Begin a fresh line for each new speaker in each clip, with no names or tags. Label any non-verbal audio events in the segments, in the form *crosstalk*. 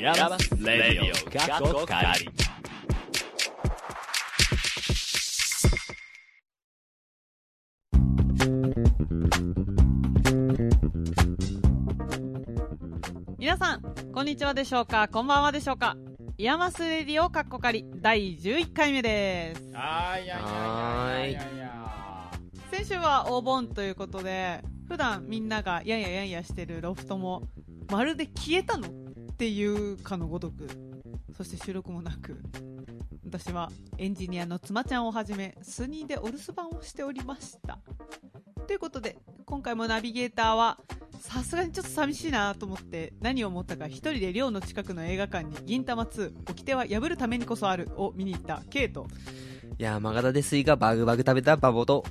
ヤマスレディオ過去借り
皆さんこんにちはでしょうかこんばんはでしょうかイヤマスレディオカッコカリ第11回目です
あーいやいやいやいやいやいや
先週はお盆ということで普段みんながやんややんやしてるロフトもまるで消えたのっていうかのごとくそして収録もなく私はエンジニアの妻ちゃんをはじめ数人でお留守番をしておりましたということで今回もナビゲーターはさすがにちょっと寂しいなと思って何を思ったか一人で寮の近くの映画館に「銀玉2掟は破るためにこそある」を見に行ったケイト
山形でスイカバグバグ食べたバボと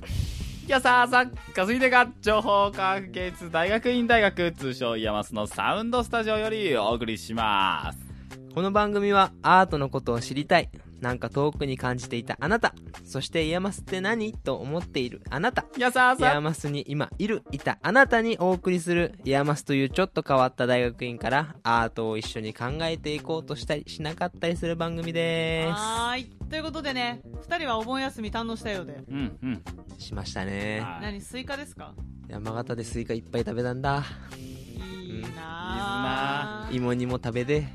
いやさあさあかすいでが情報科学芸術大学院大学通称イヤマスのサウンドスタジオよりお送りします
この番組はアートのことを知りたいなんか遠くに感じていたあなたそしてイヤマスって何と思っているあなた
いやさあ
イヤ
さ
マスに今いるいたあなたにお送りするイヤマスというちょっと変わった大学院からアートを一緒に考えていこうとしたりしなかったりする番組で
はーいということでね2人はお盆休み堪能したようで
うんうん
すしましたね
はい
何スイカですか
山形でスイカいっぱい食べたんだ
いいなぁ
芋にも食べて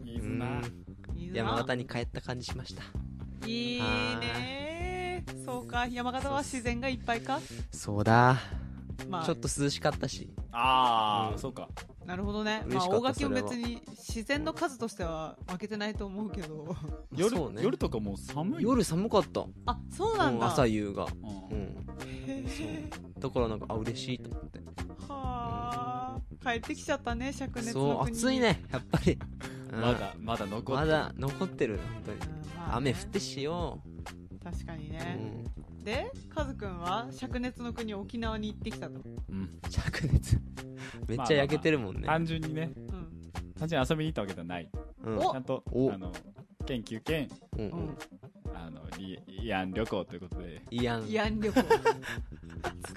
うん
いいっすな
伊豆な
山形に帰った感じしました
いいねーそうか山形は自然がいっぱいか
そうだ
ま
ちょっと涼しかったし
ああ、
うん
そうか
あなるほどねま
嬉
あ
しかった
大垣も
それは
別に自然の数としては負けてないと思うけど *laughs*
夜,、
そうね
夜とかもう寒い
夜寒かった
あそうなん
うん
だ
朝夕が
うん
うん
へー
そうだからなんかあ嬉しいと思って
はあ帰ってきちゃったね灼熱
そ
の
う
国に
暑いねやっぱり、うん
まだまだ残ってる
まだ残ってる本当に
うんまあね
雨降ってしよ
確かに
う、う
ね、
ん、
でカズくんは灼熱の国沖縄に行ってきたと、
うん
灼熱 *laughs* めっちゃ焼けてるもんね、
単純にね
うん、
単純に遊びに行ったわけじゃないち
うん
お
ゃんと
お
あの研究兼
うんう
うんん、
あのリイアン旅行ということで
いやん
慰安旅行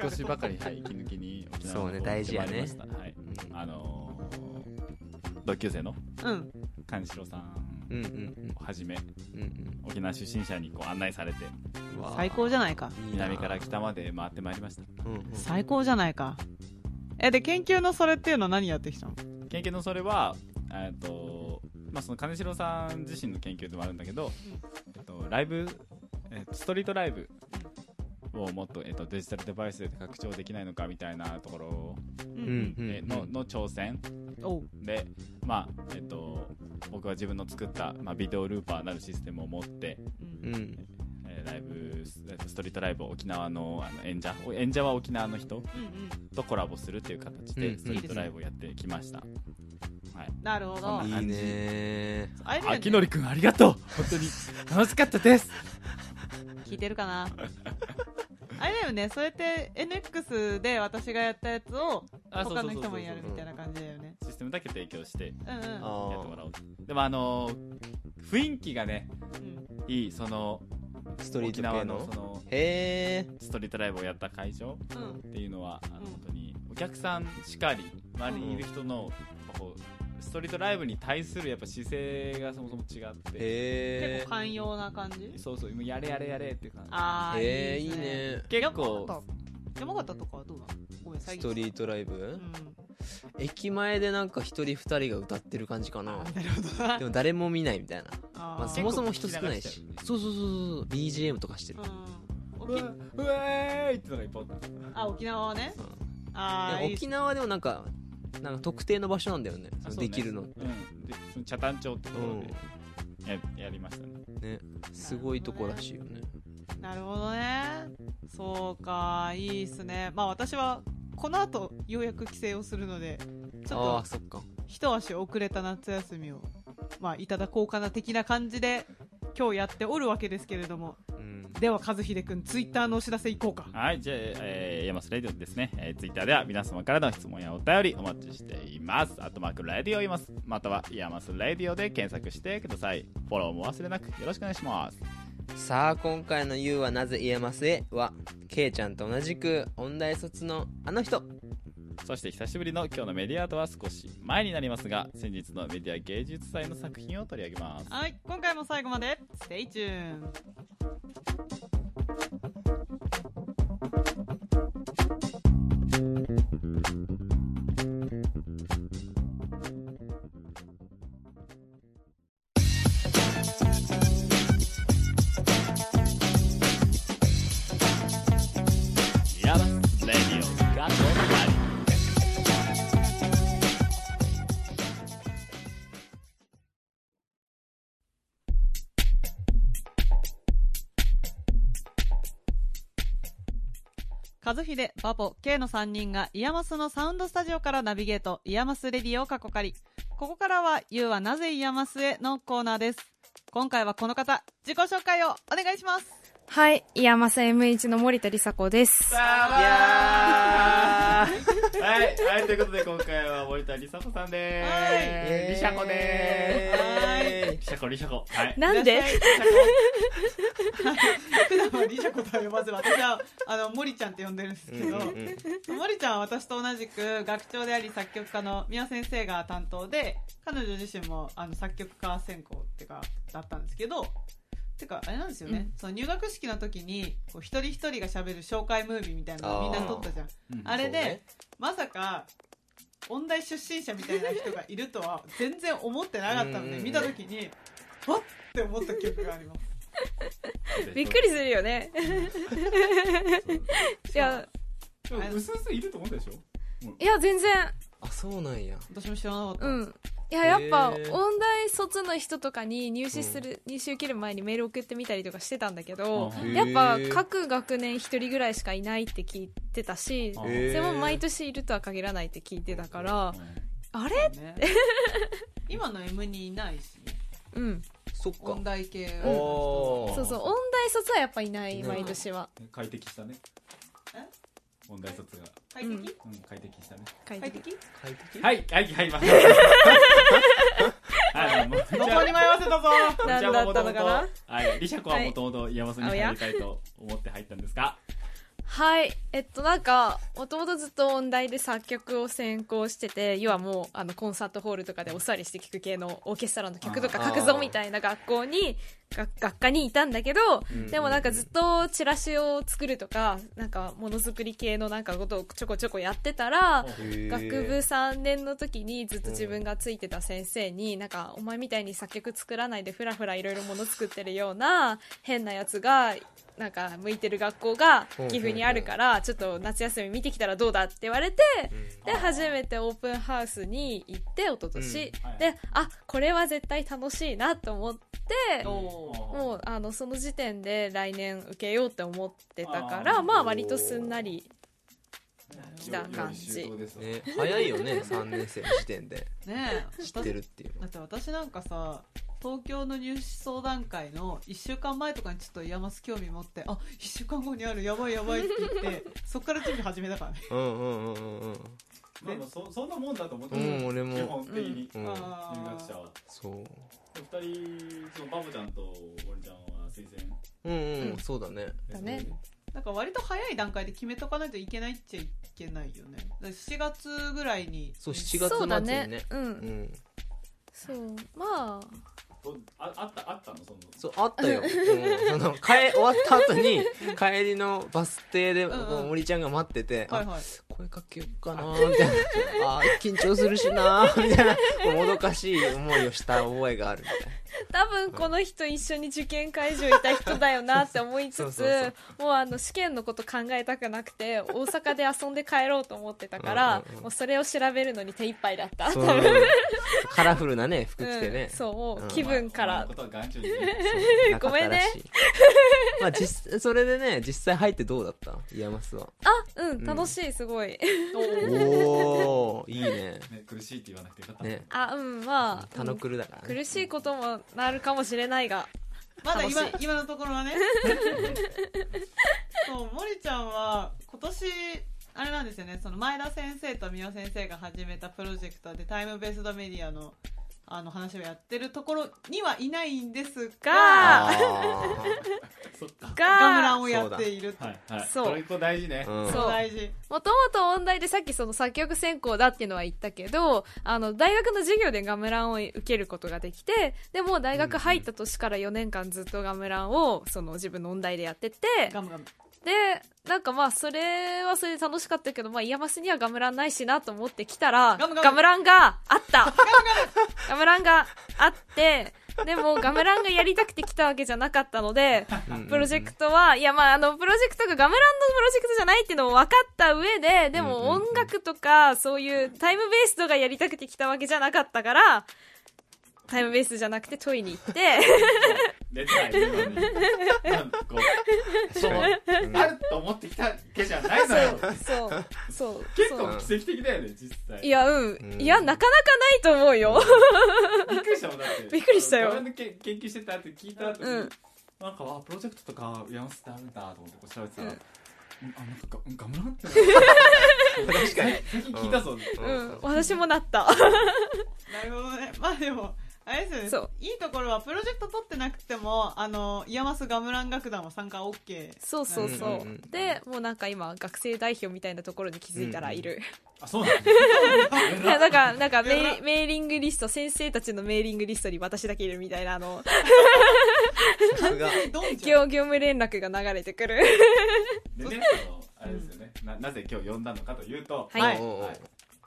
少しばかり、はい、息抜きに沖縄の方
そうね大事やね
行ってまいりましたはい
うん
あのー同級生の
うん、
金城さ
うんんうん
をはじめ
うんうん
沖縄出身者にこう案内されて
うんうわ
最高じゃないか
いいな
南から北まで回ってまいりました
うんうん
最高じゃないかえで研究のそれっていうのは何やってきたの
研究のそれはえっと、まあ、その金城さん自身の研究でもあるんだけど、えっと、ライブ、えっと、ストリートライブをもっと、えっと、デジタルデバイスで拡張できないのかみたいなところ
う
うん
ん
うん
での,、の挑戦
おう
で、まあえっと、僕は自分の作った、まあ、ビデオルーパーなるシステムを持って、
うん
うん
えーライブスえっとストリートライブを沖縄のあの演者演者は沖縄の人
うんうん
とコラボするっていう形
う
で
ん
ストリートライブをやってきました、はい
なるほど
そん
い
ない
ね
あれだよね
あきのりくんありがとう本当に楽しかったです
聞いてるかなあれだよねそれって NX で私がやったやつを他の人もやるみたいな感じだよね
システムだけ提供して
うんうん
あ
やって
ー
もらおうでもあのー雰囲気がね
うん
いいその
ストリー
沖
ト系
縄
の
のその
へえ
ストリートライブをやった会場
うん
っていうのはあの
うん
本当にお客さんしかり周りにいる人のこうストリートライブに対するやっぱ姿勢がそもそも違って
へ
結構寛容な感じ
そうそうもうやれやれやれっていう感じ
ああ
えへえいいね
結構
山形とかはどうなのごめん
ス
最近
トリートライブ
うん
駅前でなんか一人二人が歌ってる感じかな
あなるほどな
でも誰も見ないみたいな、
あー
まあ、そもそも人少ないし、そうそうそうそう BGM とかしてる、
うん
う
沖
わうわーいってのがいっぱいあった
あ沖縄はね
うん
あー
で
いいっす
沖縄でもなんかなんか特定の場所なんだよね
あ
その
そうね
できるのって
うん、でその茶壇町ってと
う
ころ
ん
でや,、やりましたね
ねすごいとこらしいよね
なるほどねそうかいいっすねまあ私はこの後ようやく帰省をするのでちょ
あ
っ
あ
と
そっか
一足遅れた夏休みをまあいただこうかな的な感じで今日やっておるわけですけれども
うん
では和秀くんツイッターのお知らせいこうか
はいじゃあ、えー、山スレディオですね、えー、ツイッターでは皆様からの質問やお便りお待ちしていますあとマークレディオいますまたは山スレディオで検索してくださいフォローも忘れなくよろしくお願いします
さあ今回の「YOU はなぜ言えますへ」はケイちゃんと同じく音大卒のあの人
そして久しぶりの今日のメディアアートは少し前になりますが先日のメディア芸術祭の作品を取り上げます
はい、今回も最後まで、ステイチューン。
ヤマスレディオ過去狩り
和秀、パポ、K の3人がイヤマスのサウンドスタジオからナビゲート、イヤマスレディを過去借り。ここからは、ゆうはなぜイヤマスへのコーナーです。今回はこの方、自己紹介をお願いします。
はい、イヤマス M1 の森田梨紗子です。
はい、はい、ということで今回は森田梨紗子さんで
は
す。梨紗子で
は
す。梨紗子、梨紗子。はい。
なんで
普
*laughs*
段はリシャコと呼ばず私はあの森ちゃんって呼んでるんですけど、
うんうん
森ちゃんは私と同じく学長であり作曲家の宮先生が担当で彼女自身もあの作曲家専攻ってかだったんですけどてかあれなんですよね、その入学式の時にこう一人一人が喋る紹介ムービーみたいなのをみんな撮ったじゃん
うん
あれで、
そうね
まさか音大出身者みたいな人がいると *laughs* は全然思ってなかったの
うん
で
うん
見た時にわっって思った記憶があります
*laughs* びっくりするよね。 *laughs* いや、
でもうすうすいると思ったでしょ
いや、全然、
あそうなんや
*laughs* 私も知らなかった
うん
です
ん。いや、やっぱ
へ、ー
音大卒の人とかに入試する、入試受ける前にメール送ってみたりとかしてたんだけど、
あ
やっぱ
へー
各学年一人ぐらいしかいないって聞いてたし、
あ
そ
ー
れも毎年いるとは限らないって聞いてたから、あれ
ね *laughs* 今の M にいないしね
うん。
そっか
音大系
あー
の
そうそう、音大卒はやっぱいない、
うん
毎年は。
快適したね
え。
問題卒が、
人快適
うん、快適したね。
快
快
適
適
快適
はい、はい、はい、ます。はい、もう、
どこに迷わせたぞ
何だったのかな
はい、リシャコはもともと山里に入りたいと思って入ったんですが。
はい、えっとなんかもともとずっと音大で作曲を専攻してて要はもうあのコンサートホールとかでお座りして聴く系のオーケストラの曲とか書く
あ
ぞ
ー
みたいな学校にが学科にいたんだけど、
ん
でもなんかずっとチラシを作るとかなんかものづくり系のなんかことをちょこちょこやってたら。学部3年の時にずっと自分がついてた先生に、なんかお前みたいに作曲作らないでふらふらいろいろもの作ってるような変なやつがなんか向いてる学校が
うん
岐阜にあるからちょっと夏休み見てきたらどうだって言われて、で初めてオープンハウスに行って一昨年、
うんはい
であこれは絶対楽しいなと思って
おー
もうあのその時点で来年受けようって思ってたか
あ
ら
ー
まあ割とすんなり
来
来た感じ
ね *laughs* 早いよね3年生の時
*laughs*
点で
ねえ
知ってるっていう
だって私なんかさ東京の入試相談会の1週間前とかにちょっと山す興味持ってあ1週間後にあるやばいやばいって言ってそっから準備始めたからね、
のうんうんうんうん
まあまあそそんなもんだと思って
うんうん俺
基
も
本的に
うん
あ
入
ー
学者は
そう
二人そのバボちゃんとボリちゃんは推薦
うんう
うんん
そうだね
だね
なんか割と早い段階で決めとかないといけないっちゃいけないよねだから7月ぐらいに
そう7月
そうだ
末にね
ねうん、
うん
そうまあ
どああったあったのその
*laughs*
そうあったよ、うん、その帰終わった後に帰りのバス停で
うんうん
森ちゃんが待ってて「
はいはい
あ声かけようかな」みたいな「あー緊張するしな」みたいなもどかしい思いをした覚えがあるみたい
*laughs* 多分この人一緒に受験会場いた人だよなって思い
そう
つつ
そうそう
もうあの試験のこと考えたくなくて大阪で遊んで帰ろうと思ってたから
うんうんうん
もうそれを調べるのに手一杯だった
な
多
そう
分
カラフルなね服
う
着てね、
ん、そうもううん気分から
お前のことは眼中に
そうなか
*laughs* ご
っ
め
た
ん
ら
ね
しいまあ実それでね実際入ってどうだったイヤマスは
あうん楽しいすごい
おおいいね
ね苦しいって言わなくてよかった
ね
あうんまあ
他のくるだから、ね
苦しいこともなるかもしれないが
まだ今
楽
今のところ
*laughs*
はねそう森ちゃんは今年あれなんですよねその前田先生と三輪先生が始めたプロジェクトでタイムベースドメディアのあの話をやってるところにはいないんですが、
が
あ
そっか。
ガムラ
が
ンをやっていると。
はいはい。
そう
トリコ大事ね。
ーうん
そう
大事。
もともと音大でさっきその作曲専攻だっていうのは言ったけどあの大学の授業でガムランを受けることができてでも大学入った年から4年間ずっとガムランをその自分の音大でやってて
ガムガム。
でなんかまあそれはそれで楽しかったけどまあイヤマスにはガムランないしなと思って来たら
ガムガム
ランがあったガムランがあってでもガムランがやりたくて来たわけじゃなかったので
うん
プロジェクトはいやまああのプロジェクトがガムランのプロジェクトじゃないっていうのも分かった上でで
うん
も
うんうん
音楽とかそういうタイムベースとかやりたくて来たわけじゃなかったからタイムベースじゃなくてトイに行って
出てない。今ねなんかこう、そう、
うん
あると思ってきたけじゃないのよ。
そうそう
結
そう
構奇跡的だよね、実際。
い、やうん、
うん
いやなかなかないと思うよ
びっくりしたもんだって。
びっくりしたよ
我々のけ研究してたって聞いた後に、
うん
なんか、あ、プロジェクトとか、やますダメだと思ってこう調べてたら、
うん
うんあ、なんかガ、ガムランって。
*laughs*
確かに
最近聞いたぞ。
うん、私もなった。
なるほどね。まあでも、あれです
そ
よ
う
ね。いいところは、プロジェクト取ってなくても、あの、イヤマスガムラン楽団は参加
*laughs*
OK。
*laughs* そうそうそう。
うんうんうん
で、もうなんか今、学生代表みたいなところに気づいたらいる。
あ、そうなん
い
だ。
や *laughs* なんか、なんか
や
メ
ば
イ、メーリングリスト、先生たちのメーリングリストに私だけいるみたいな、あの、
さすが
ドンじゃん。
業業務連絡が流れてくる。
でね、そのあれですよね。な、なぜ今日呼んだのかというと、
はい
おー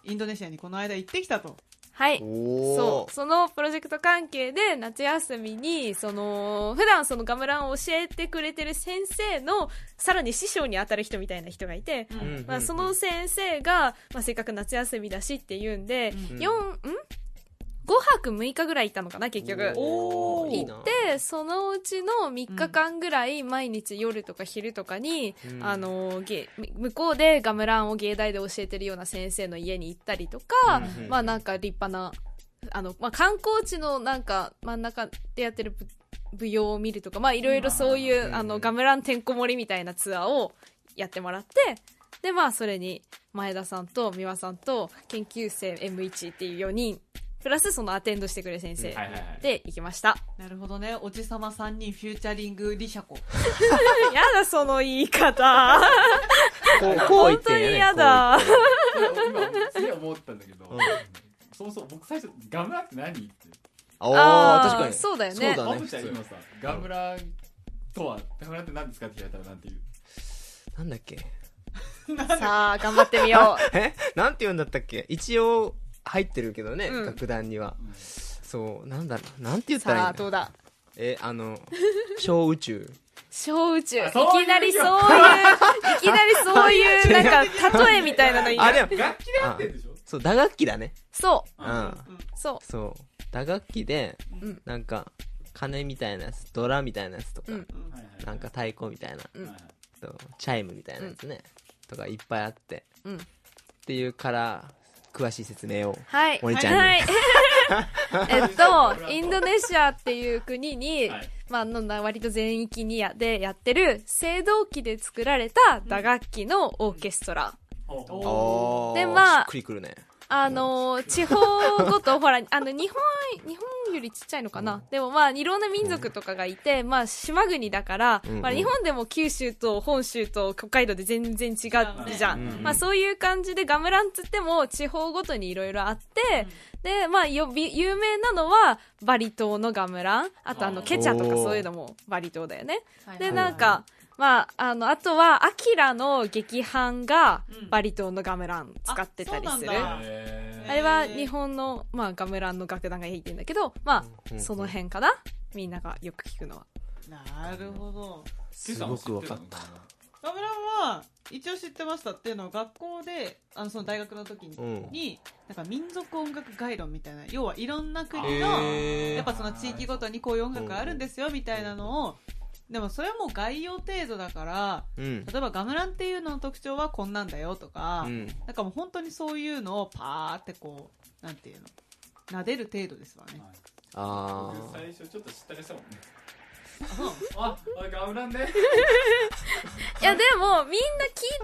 インドネシアにこの間行ってきたと。
はい。
おー
そう。そのプロジェクト関係で、夏休みに、その、普段そのガムランを教えてくれてる先生の、さらに師匠に当たる人みたいな人がいて、
うんうん
まあ、その先生が、まあ、せっかく夏休みだしっていうんで、
うん
四ん ?5 泊6日ぐらい行ったのかな、結局。
おーいいな
行って、そのうちの3日間ぐらい、毎日夜とか昼とかに、
うん
あの、げ向こうでガムランを芸大で教えてるような先生の家に行ったりとか、
うん
まあなんか立派な、あの、まあ観光地のなんか真ん中でやってる舞舞踊を見るとか、まあいろいろそういう、
うん
あの、ガムランてんこ盛りみたいなツアーをやってもらって、でまあそれに前田さんと美輪さんと研究生 M1 っていう4人、プラスそのアテンドしてくれる先生
はいはいはい。
で行きました。
なるほどね。おじさま3人、フューチャリング、リシャコ。
やだその言い方。
こう *laughs* こう言ってんやね
本当に嫌だ
こう言ってんや
それ今、すげえ思ったんだけど
うん、
そもそも僕最初、ガムランって何って。
お
あー
ー確かに
そうだよね
そうだ
あ
ね
とじゃん
普通
今さ、ガムランとは、ガムランって何ですかって聞かれたらなんて言う
なんだっけ
さあ頑張ってみよ
*laughs*
う。
えなんて言うんだったっけ一応入ってるけどね、
うん
楽団には
うん
そうなんだろうなんて言ったらいい
さあ
んだ
どうだ。
えあ
*laughs*
の小宇宙
小宇宙。い
あそういう
きなり
*laughs*
そういう、いきなりそういう、なんか、例えみたいなのいい
あでも
楽器でやってんでしょ
そう打楽器だね、
そう
うん
うん
う、そ
そう打楽器で、
うん
なんか鐘みたいなやつドラみたいなやつとか、
うん
うん
はいはい
なんか太鼓みたいな、
うん
はいはい
そうチャイムみたいなやつね、とかいっぱいあって
う。うん。
っていうから詳しい説明を
はい。
森ちゃんに
はい。
*laughs*
*laughs* えっと、インドネシアっていう国に、
はい
まあ、の割と全域にやでやってる、青銅器で作られた打楽器のオーケストラ。
お
お
お
おー
でまあ
しっくりくるね
あのー地方ごと、ほら、 *laughs* あの、日本、日本よりちっちゃいのかな、でもまあ、いろんな民族とかがいて、まあ、島国だから、
うんうん
まあ、日本でも九州と本州と北海道で全然違うじゃん。
うんうん
まあ、そういう感じでガムランつっても、地方ごとにいろいろあって、で、まあ、よび、有名なのは、バリ島のガムラン。あと、あの、
あー
ケチャとかそういうのもバリ島だよね。で、なんか、まあ、あの、あとは、アキラの劇版が
うん、
バリ島のガムラン使ってたりする。
あそうなんだ
へ
あ
ー
れは日本の、まあ、ガムランの楽団が弾いてんだけど、ま
うんう
あ、
ん
その辺かなみんながよく聞くのは。
なるほど。
すごく分かった
ガムランは一応知ってましたっていうのは学校であのその大学の時に,、
うん
なんか民族音楽概論みたいな要はいろんな国の
へー
やっぱその地域ごとにこういう音楽があるんですよみたいなのをでもそれはもう概要程度だから
うん
例えばガムランっていうのの特徴はこんなんだよとか、
うん
なんかもう本当にそういうのをパーってこうなんていうの撫でる程度ですわね。
あ
僕
ー
最初ちょっと知ったりしたもんねあ、あガウランで。
いやでもみんな聞い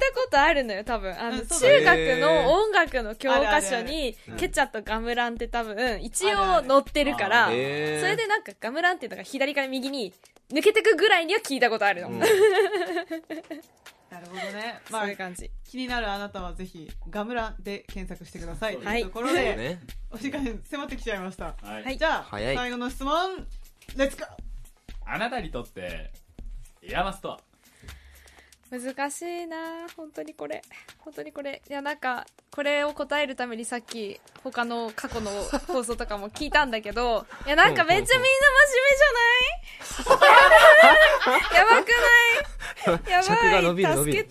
たことあるのよ多分あの、
うんそうだ
中
ね
学の音楽の教
あ
科
るある
書
あ
に
うん
ケチャとガムランって多分一
あ
応
る
載ってるから
あ
そ
ー
へー
れでなんかガムランっていうのが左から右に抜けてくぐらいには聞いたことあるの、 *laughs*
うん
なるほどね。ま
そ
あ
ういう、感じ
気になるあなたはぜひ、ガムラで検索してください。
はい
というところで、
ね
お時間迫ってきちゃいました。
は
はい
じゃあ、
早い
最後の質問、レッツゴー
あなたにとって、エアマスとは
難しいな本当にこれ本当にこれいやなんかこれを答えるためにさっき他の過去の放送とかも聞いたんだ
*laughs*
けどいやなんかめっちゃみんな
*laughs*
真面目じゃないやばくないやばい
尺が伸びる伸びる
助け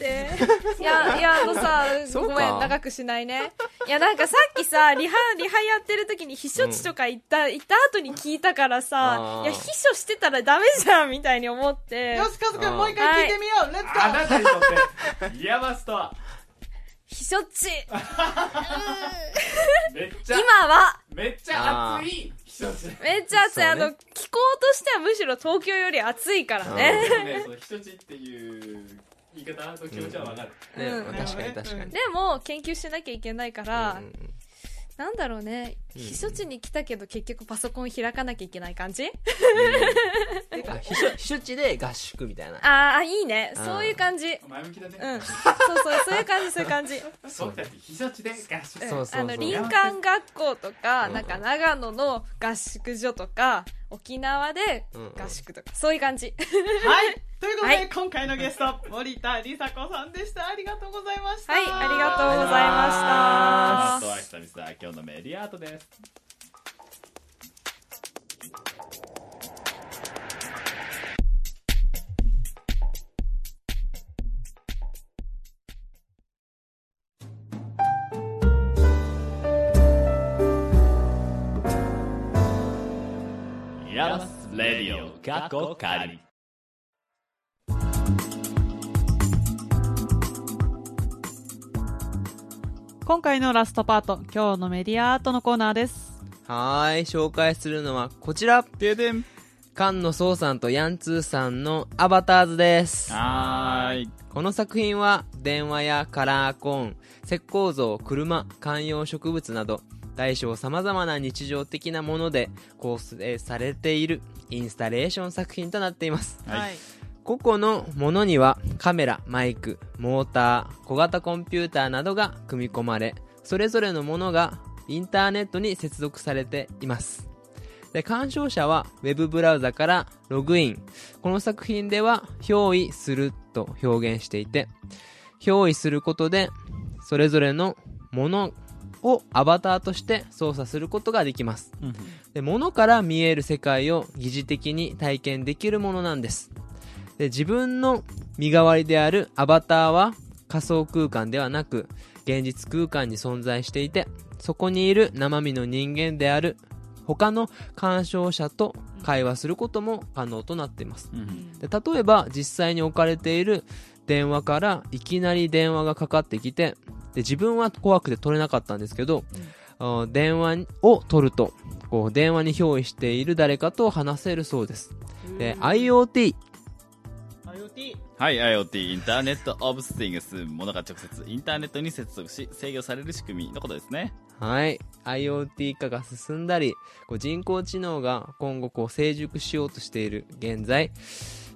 ていやいやあのさ
そう
ご
か
めん長くしないねいやなんかさっきさリハリハやってる時に秘書地とか行った、行った後に聞いたから
あ
さ
ー
いや秘書してたらダメじゃんみたいに思って
よし、カズくん、もう一回聞いてみよう、レッツゴ
あ
ー
なたにとって、エアマスとは
秘書地
めっちゃ
今、は
めっちゃ熱い人じゃない。
めっちゃ暑い、
そうね
あの気候としてはむしろ東京より暑いからね
でもね、その人ちっていう言い方の気持ちはわかる。
ね
うん
確かに確かに、
でも研究しなきゃいけないから、
うんうん
なんだろうね
うん
避暑地に来たけど結局パソコン開かなきゃいけない感じ、
*laughs* うん避暑避暑地で合宿みたいな
ああいいね
*laughs* あー
そういう感じ
前向きだね。
うん、そうそうそういう感じそういう感じ、
僕たち、人ちで合宿。
そうそうそう
あの林間学校とか
うん
なんか長野の合宿所とか沖縄で合宿とか、そういう感じ
はい。ということで、
はい
今回のゲスト、森田梨紗子さんでした。ありがとうございました。
はいありがとうございました
とは久々今日のメディアートです。
ヤマスレディオ過去仮
今回のラストパート、今日のメディアアートのコーナーです。
はーい紹介するのはこちら
ででん。
菅野壮さんとヤンツーさんのアバターズです
はーい。
この作品は電話やカラーコーン石膏像車観葉植物など大小さまざまな日常的なもので構成されているインスタレーション作品となっています
はい。
個々のものにはカメラマイクモーター小型コンピューターなどが組み込まれそれぞれのものがインターネットに接続されていますで鑑賞者はウェブブラウザからログインこの作品では「憑依する」と表現していて憑依することでそれぞれのものをアバターとして操作することができますで物から見える世界を疑似的に体験できるものなんですで自分の身代わりであるアバターは仮想空間ではなく現実空間に存在していてそこにいる生身の人間である他の鑑賞者と会話することも可能となっていますで例えば実際に置かれている電話からいきなり電話がかかってきてで自分は怖くて取れなかったんですけど、あー電話を取るとこう電話に憑依している誰かと話せるそうですで IoT
IoT。
はい IoT インターネットオブスティングスものが直接インターネットに接続し制御される仕組みのことですね
はい。IoT 化が進んだり、こう人工知能が今後こう成熟しようとしている現在。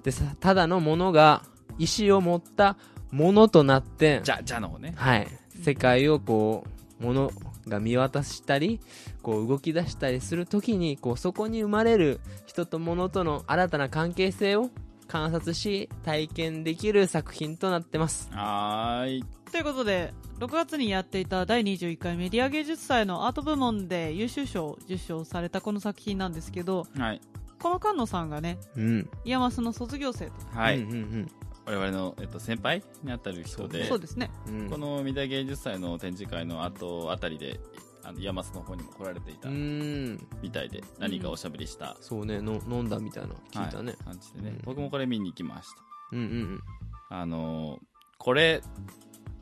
でさ、ただのものが意思を持ったものとなって、
じゃじゃの方ね
はい。世界をこう、ものが見渡したり、こう動き出したりするときに、こうそこに生まれる人と物との新たな関係性を観察し、体験できる作品となってます。
はーい
ということで、6月にやっていた第21回メディア芸術祭のアート部門で優秀賞を受賞されたこの作品なんですけど、
はい
この菅野さんがね、
うん。
イヤマスの卒業生と。
はい、
うんうん
我々の、えっと、先輩にあたる人で
そうですね。
うん。うん
この三田芸術祭の展示会の後あたりであの山須の方にも来られていうた
ん。
みたいで、何かおしゃべりした
そうねの飲んだみたいな聞いたね、
はい感じでね、
うん
僕もこれ見に行きまし
うんうん
たあのーこれ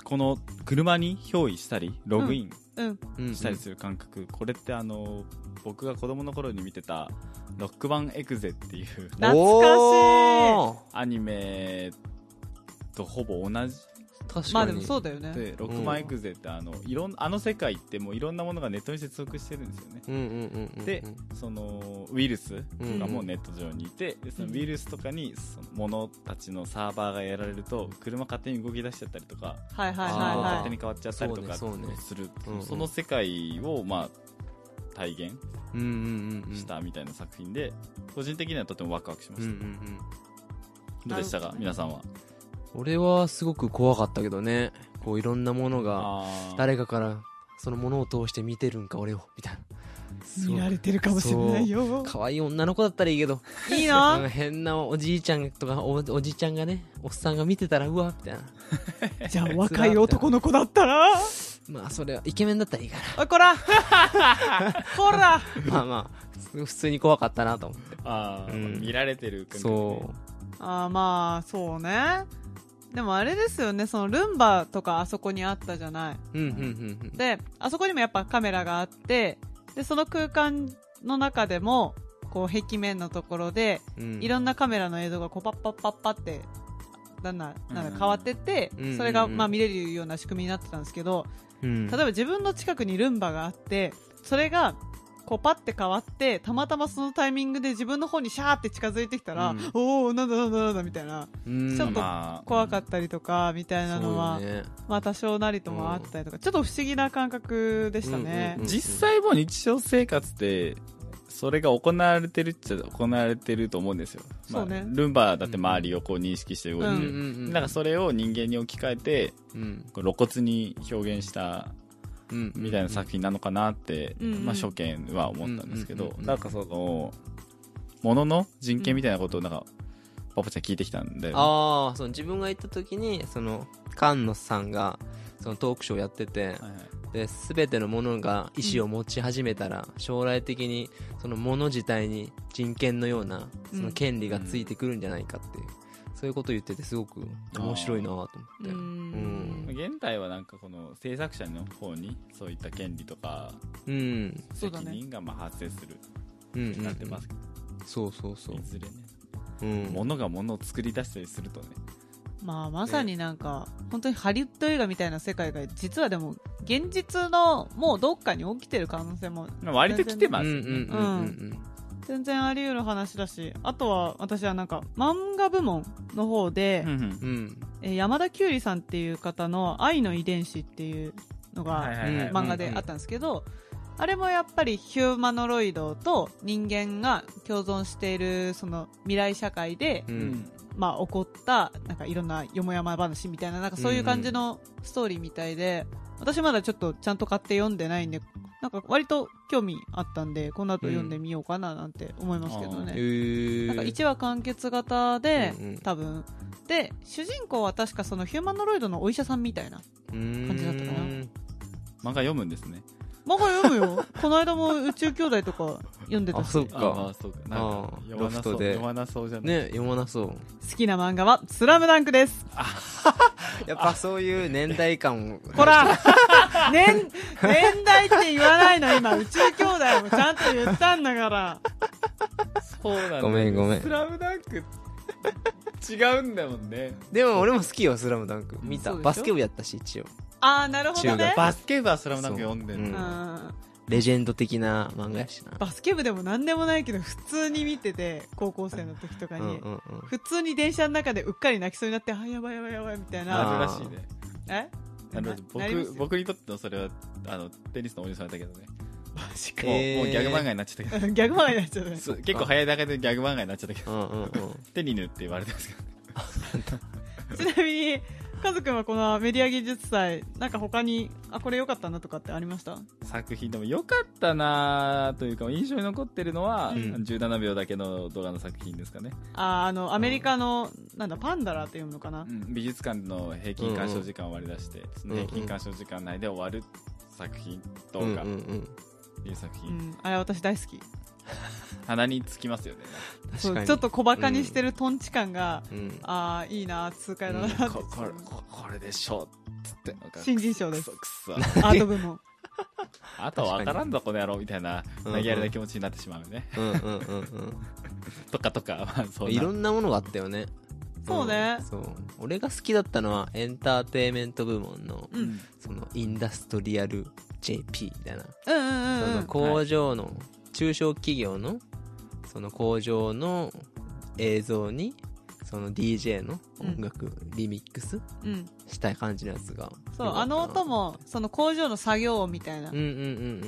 この車に憑依したりログイン
うん
うん
したりする感覚、これってあの僕が子供の頃に見てた「ロックバンエクゼ」っていう
懐かしい
アニメとほぼ同じ
かしい確
ま
か
あでも
に、
そうだよね
で「ロックバンエクゼ」ってあのいろんあの世界ってもういろんなものがネットに接続してるんですよね
うんうんうんうん、
でそのウイルス
うん
がもうネット上にいて、でそのウイルスとかにその物たちのサーバーがやられると車勝手に動き出しちゃったりとか
はいはい
あー
は
勝手に変わっちゃったりとか
そうねそうね
する
うんうん
その世界をまあ体現
うんうんうんうん
したみたいな作品で、個人的にはとてもワクワクしま
うん
し
う
た、
んうん
どうでしたか、
なるほどね
皆さんは
俺はすごく怖かったけどねこういろんなものが
あー
誰かからそのものを通して見てるんか俺をみたいないすご
見
い
られてるかもしれないよ
可愛い女の子だったらいいけど
いい
なん
な
か変なおじいちゃんとかおおじいちゃんがねおっさんが見てたらうわみたいな
じゃあ若い男の子だったら
まあそれはイケメンだったらいいか
*laughs* あこら *laughs* こら
なまあまあ普通普通に怖かったなと思って
あー、
うん
見られてる感覚
そ
あーまあそうねでもあれですよねそのルンバとかあそこにあったじゃないう
うんうんうん
であそこにもやっぱカメラがあってでその空間の中でもこう壁面のところで
うんうん
いろんなカメラの映像がこうパッパッパッパってだんだんなんか変わってって
うん
それが
うん
まあ見れるような仕組みになってたんですけど
うん
例えば自分の近くにルンバがあってそれがこうパッて変わってたまたまそのタイミングで自分の方にシャーって近づいてきたら、
うん
おおなんだなんだなんだみたいな
うん
ちょっと
まあ
怖かったりとかみたいなのは、
そうよね
まあ多少なりともあったりとか、ちょっと不思議な感覚でしたね、
うんうんうん
実際もう日常生活でそれが行われてるっちゃ行われてると思うんですよ、
そうね
ルンバだって周りをこう認識して動いて
う
る、
ん
うんうん
なんかそれを人間に置き換えて
うん
こう露骨に表現した
うん
みたいな作品なのかなって、
うんうん
まあ、初見は思ったんですけ
うん
ど
うんうんうん
なんかそのものの人権みたいなことをなんかパパちゃん聞いてきたんで
ああその自分が行った時にその菅野さんがそのトークショーやってて、で全てのものが意思を持ち始めたら、将来的にそのもの自体に人権のような
うん
その権利がついてくるんじゃないかっていう、そういうこと言っててすごく面白いなと思って
う
う
ん
ん
現代はなんかこの制作者の方にそういった権利とか
うん
そう
責
だね
任がまあ発生する
うん
ようになってますけど、
そうそうそう
いずれね
うん
物が物を作り出したりするとね
まあまさになんか、本当にハリウッド映画みたいな世界が実はでも現実のもうどっかに起きてる可能性も
まあ割と来てます
うんう
よ
ん
ね、
うんうん
全然あり得る話だしあとは私はなんか漫画部門の方で、
うんうん
うんうん
えー山田きゅうりさんっていう方の「愛の遺伝子」っていうの
はい
が
はいはい
うん
漫画であったんですけど、あれもやっぱりヒューマノロイドと人間が共存しているその未来社会で、
う
うんん
まあ、起こったなんかいろんなよもやま話みたいななんかそういう感じのストーリーみたいで、私まだちょっとちゃんと買って読んでないんでなんか割と興味あったんでこの後読んでみようかななんて思いますけどね。
え
なんか
ー
1話完結型で、
うんうん
多分で主人公は確かそのヒューマノロイドのお医者さんみたいな
感
じだったかな
漫画読むんですね
漫画読むよ *laughs* この間も宇宙兄弟とか読んでた
あ
し
そ
好
っ
あーま
か
あそうかなん
あ
か
ー
読まな
ロフ
そう
トで
読まなそうじゃない、
ね読まなそう
きな漫画は「スラムダンクです
やっぱそういう年代感を
*laughs* こら年年代って言わないの今宇宙兄弟もちゃんと言ったんだから
そうなんだよ
ごめんごめん
スラムダンク違うんだもんね
でも俺も好きよ「スラムダンク見た
そうでしょ
バスケ部やったし一応
ああなるほど
中
ね
学
バスケ部はスラムダンク読んで
そ
うん
う
の
ん
レジェンド的な漫画やしな
バスケ部でも何でもないけど普通に見てて高校生の時とかに、
うんうんうん
普通に電車の中でうっかり泣きそうになってあやばいやばいやばいみたい
あー
な
あるらしいね
え
なるほど
なります
僕
よ
僕にとってのそれはあのテニスのおじさんだけどね
マジか
もう,、
えー
もうギャグ漫画になっちゃったけど
*laughs* 逆までになっちゃったね
そう結構早い段階でギャグ漫画になっちゃったけ
う
ど
んうんうん
テニヌって言われてますけど
ちなみにカズくんはこのメディア技術祭なんか他にあこれ良かったなとかってありました
作品でも良かったなというか印象に残ってるのは、
うん
17秒だけの動画の作品ですかね、
ああのアメリカの、なんだパンダラって読むのかな、
美術館の平均鑑賞時間を割り出して、その平均鑑賞時間内で終わる作品動
うん
画っ
うんうん
ていう作
う
品、
ん、あれ私大好き
鼻につきますよね
そ
確か
う
に
ちょっと小バカにしてるトンチ感が、
うん
ああいいな痛快だなって、
ここれここれでしょつって
新人賞です
くそく
アート部門
そあとは分からんぞこの野郎みたいな
う
投
ん
げやりな気持ちになってしまうね、 *laughs*
うんうんうん
とかとかまあそ
うんん
ない
ろんなものがあったよね
そうね
んそう俺が好きだったのはエンターテインメント部門の
うんうん
そのインダストリアル JP みたいな
うん
そ
うんう
の
ん
工場の、中小企業のその工場の映像にその DJ の音楽、リミックス
うん
したい感じのやつが
そう
よかったな
あの音もその工場の作業音みたいな、
うんうん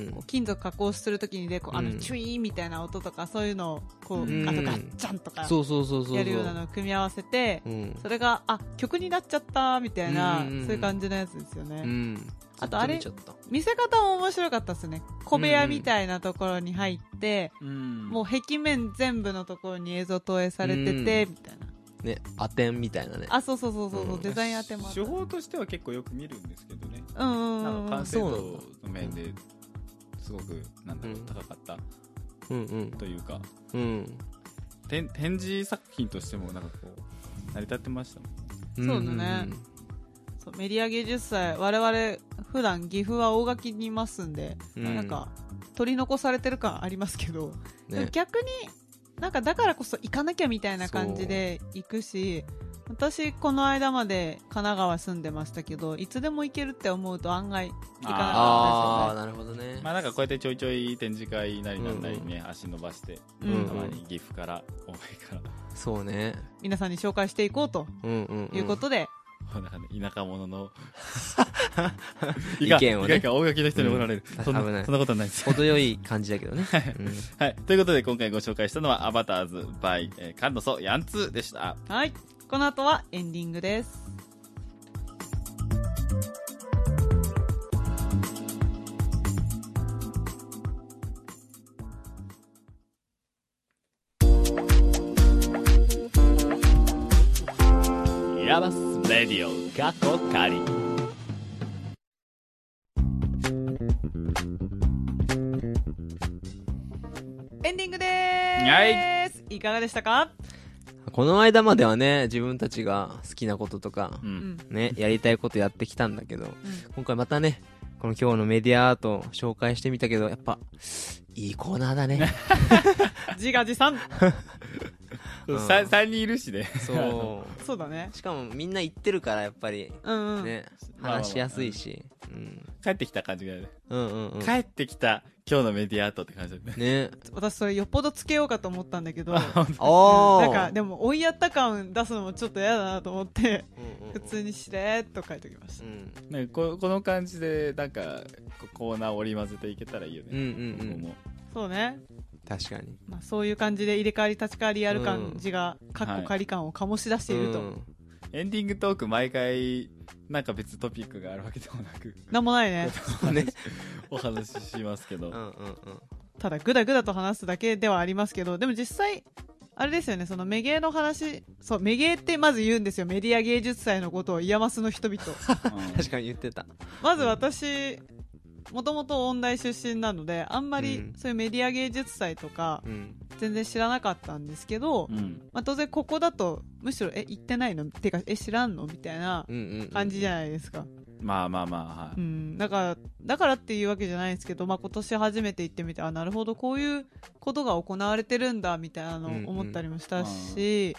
うん
こう金属加工するときにでこうあ
う
の
ん
チュイーンみたいな音とかそういうのをこう、
うん
あとガッチャンと
うん
か
そうそうそうそうそう
やるようなのを組み合わせて、
うん
それがあ曲になっちゃったみたいな、
うんうんうん
そういう感じのやつですよね、
うん
あとあれ
ずっ見ちゃった
見せ方も面白かったですね小部屋みたいなところに入って、
うん
もう壁面全部のところに映像投影されてて、みたいな
ねアテンみたいなね
あそうそうそうそう、
うん
デザイン当てもあった
手法としては結構よく見るんですけどね
うんうんう
なんか
んうん
完成
そうな
度
ん
の面ですごくなんだろう
うん
高かった
うんうん
というか
うん
展展示作品としてもなんかこう成り立ってましたもん
そうだねそうメディア芸術祭我々普段岐阜は大垣にいますんで、
うんうん
なんか取り残されてる感ありますけど、
ね
でも逆になんかだからこそ行かなきゃみたいな感じで行くし私この間まで神奈川住んでましたけどいつでも行けるって思うと案外行かな
あ
か
あ
っ
なるほどね
まあなんかこうやってちょいちょい展示会なりなんなりね、足伸ばして
たですよね、
うん
たまに岐阜から思いから
そうね
皆さんに紹介していこうと
うんうんん
いうことで、
こうなんかね田舎者の
意見をね
いかんいかん大垣の人におられる、
うん
そん
危ない
なそんなことはないです *laughs*
程よい感じだけどねうん
はい。ということで、今回ご紹介したのは、アバターズ by、えー、カンドソヤンツーでした。
はいこの後はエンディングです
ヤバスレディオ、過去仮。
エンディングです、い、かがでしたか、
この間まではね自分たちが好きなこととか
う。
うんん
ねやりたいことやってきたんだけど今回またねこの今日のメディアアートを紹介してみたけどやっぱいいコーナーだね
*laughs* 自画自賛
うんん、3, 人いるしね。
そ
そうだね
うしかもみんな言ってるからやっぱり
うんうん、
ね
まあまあ
話しやすいしうん
帰ってきた感じがね。
うんうんうん
帰ってきた今日のメディアアートって感じだね。
*laughs*
ね
私それよっぽどつけようかと思ったんだ *laughs* けど
あ
な
あ
んかでも追いやった感出すのもちょっと嫌だなと思って普通
に
にしれーっと書いておきまし
う
た、
ん
なんかここの感じで、なんか、こコーナーを織り交ぜていけたらいいよ
うんう
ね。
んう
ここ
ん
も
そうね、
確かに
まあ、そういう感じで入れ替わり立ち替わりやる感じが、かっこ仮感を醸し出していると、
うん
エンディングトーク毎回、なんか別トピックがあるわけでもなく、
なんもないね
ね
*laughs* お話ししますけど
う。んうんうん
ただぐだぐだと話すだけではありますけどでも実際あれですよねそのメゲーの話そうメゲーってまず言うんですよメディア芸術祭のことをイヤマスの人々
確かに言ってた
まず私もともと音大出身なのであんま
う
り
ん
そういうメディア芸術祭とか
うん
全然知らなかったんですけど、
うん。うん
まあ、当然ここだとむしろえ行ってないのてかえ知らんのみたいな
うんうんうん
感じじゃないですか、
まあまあまあ、は
う
い。
ん、だからだからっていうわけじゃないんですけど、まあ、今年初めて行ってみてあなるほどこういうことが行われてるんだみたいなのを
うんうん
思ったりもしたし、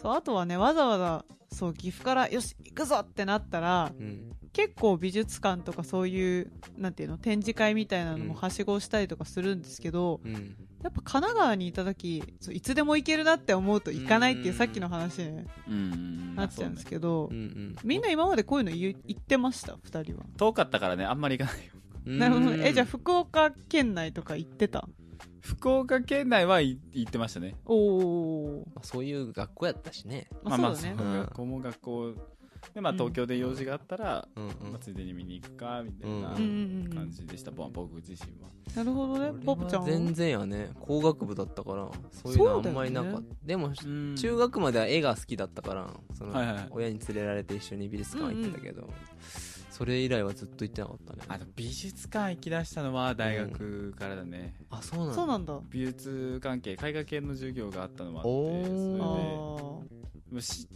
そうあとはねわざわざそう岐阜からよし行くぞってなったら
うん
結構美術館とかそういうなんていうの展示会みたいなのもはしごしたりとかするんですけど、
うん
やっぱ神奈川にいた時そういつでも行けるなって思うと行かないっていう
うん
さっきの話に
うんうんうん。
なっちゃうんですけど、
うんうん
みんな今までこういうの言う言ってました2人は、
遠かったからね、あんまり行かないよ。
なるほどねえじゃあ
うん
福岡県内とか行ってた
福岡県内はい行ってましたね。
おお
まあそういう学校やったしね
まあそうだね、
まあまあ
うん
学校も学校で、まあ、
うん
東京で用事があったら、
うんうん
まあ、ついでに見に行くかみたいな
あ
うんうんうん
感じでした、まあ僕自身は。
なるほどねポップちゃん
俺は全
は
然やね工学部だったからそういうのあんまりなかった、
そうだ
でも中
学
学までは絵が好きだったからその
はいはいはい
親に連れられて一緒に美術館行ってたけど、それ以来はずっと行ってなかったね
あの美術館行きだしたのは大学からだね、
あそうなんだ
そうなんだ
美術関係絵画系の授業があったのもあ
おー
ってそ
あー
れでもうし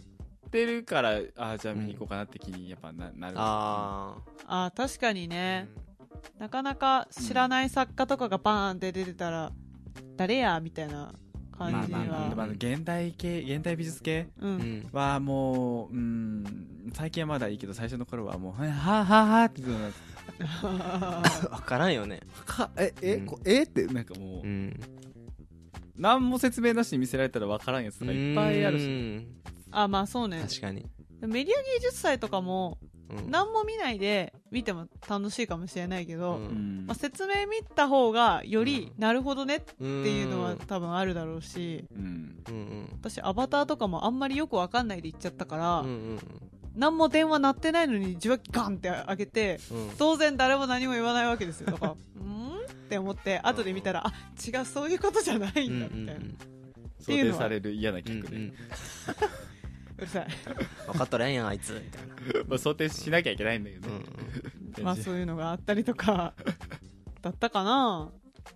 ってるからあじゃあ見に行こうかなって気にやっぱななる
あ
あー確かに
あ、
ね、なかなか知らない作家とかがバーンって出てたら、誰やみたいな感じ
まあまあまあ、ま
は
あ、現代系現代美術系
う
うんん
はもううん最近はまだいいけど最初の頃はもうははははってなって
分からんよね
かええ、
うん
こえってなんかもう、
うん
何も説明なしに見せられたら分からんやつとかいっぱいあるし
し
あまあそうね
確かに、
メディア芸術祭とかも
うん
何も見ないで見ても楽しいかもしれないけど、
うん
うん
まあ、説明見た方がよりなるほどねって
て
いうのは多分あるだろうし
うん
うんうん
私アバターとかもあんまりよくわかんないで行っちゃったから、
うんうん
何も電話鳴ってないのに受話器ガンって開けて
うん
当然誰も何も言わないわけですよだ
*laughs*
からうーんって思って後で見たらあ違うそういうことじゃない
うんん
だみたいな、う
想定される嫌な
うん
客で、
るさい
分かっとらんやんあいつみたいな、
まあ、想定しなきゃいけないんだけど
う
ね、
ん
まあそういうのがあったりと
*laughs*
かだったかな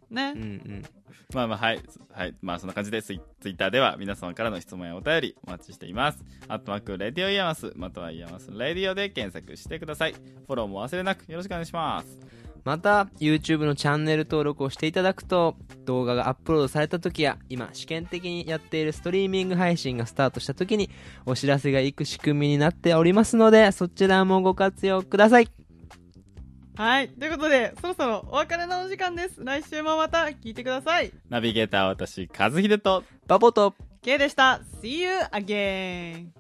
ね、
うんうん、
まあまあはい、はい、まあそんな感じでツイツイッターでは皆様からの質問やお便りお待ちしています。アットマークレディオイヤマスまたはイヤマスレディオで検索してください。フォローも忘れなくよろしくお願いします。
また YouTube のチャンネル登録をしていただくと動画がアップロードされた時や今試験的にやっているストリーミング配信がスタートした時にお知らせがいく仕組みになっておりますのでそちらもご活用ください
はいということでそろそろお別れのお時間です来週もまた聞いてください
ナビゲーターは私、和秀と
バボと
K でした See you again